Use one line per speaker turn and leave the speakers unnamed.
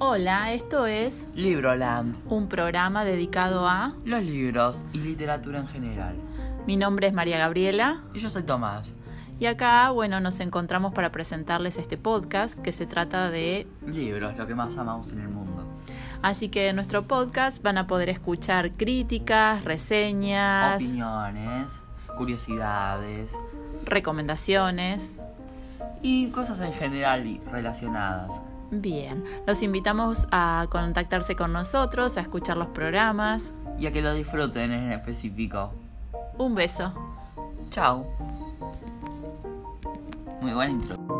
Hola, esto es
Libroland,
un programa dedicado a...
los libros y literatura en general.
Mi nombre es María Gabriela
Y yo soy Tomás.
y acá, bueno, nos encontramos para presentarles este podcast que se trata de...
Libros, lo que más amamos en el mundo.
Así que en nuestro podcast van a poder escuchar críticas, reseñas,
Opiniones, curiosidades
recomendaciones.
y cosas en general y- relacionadas.
Bien, los invitamos a contactarse con nosotros, a escuchar los programas.
Y a que lo disfruten en específico.
Un beso.
Chao. Muy buena intro.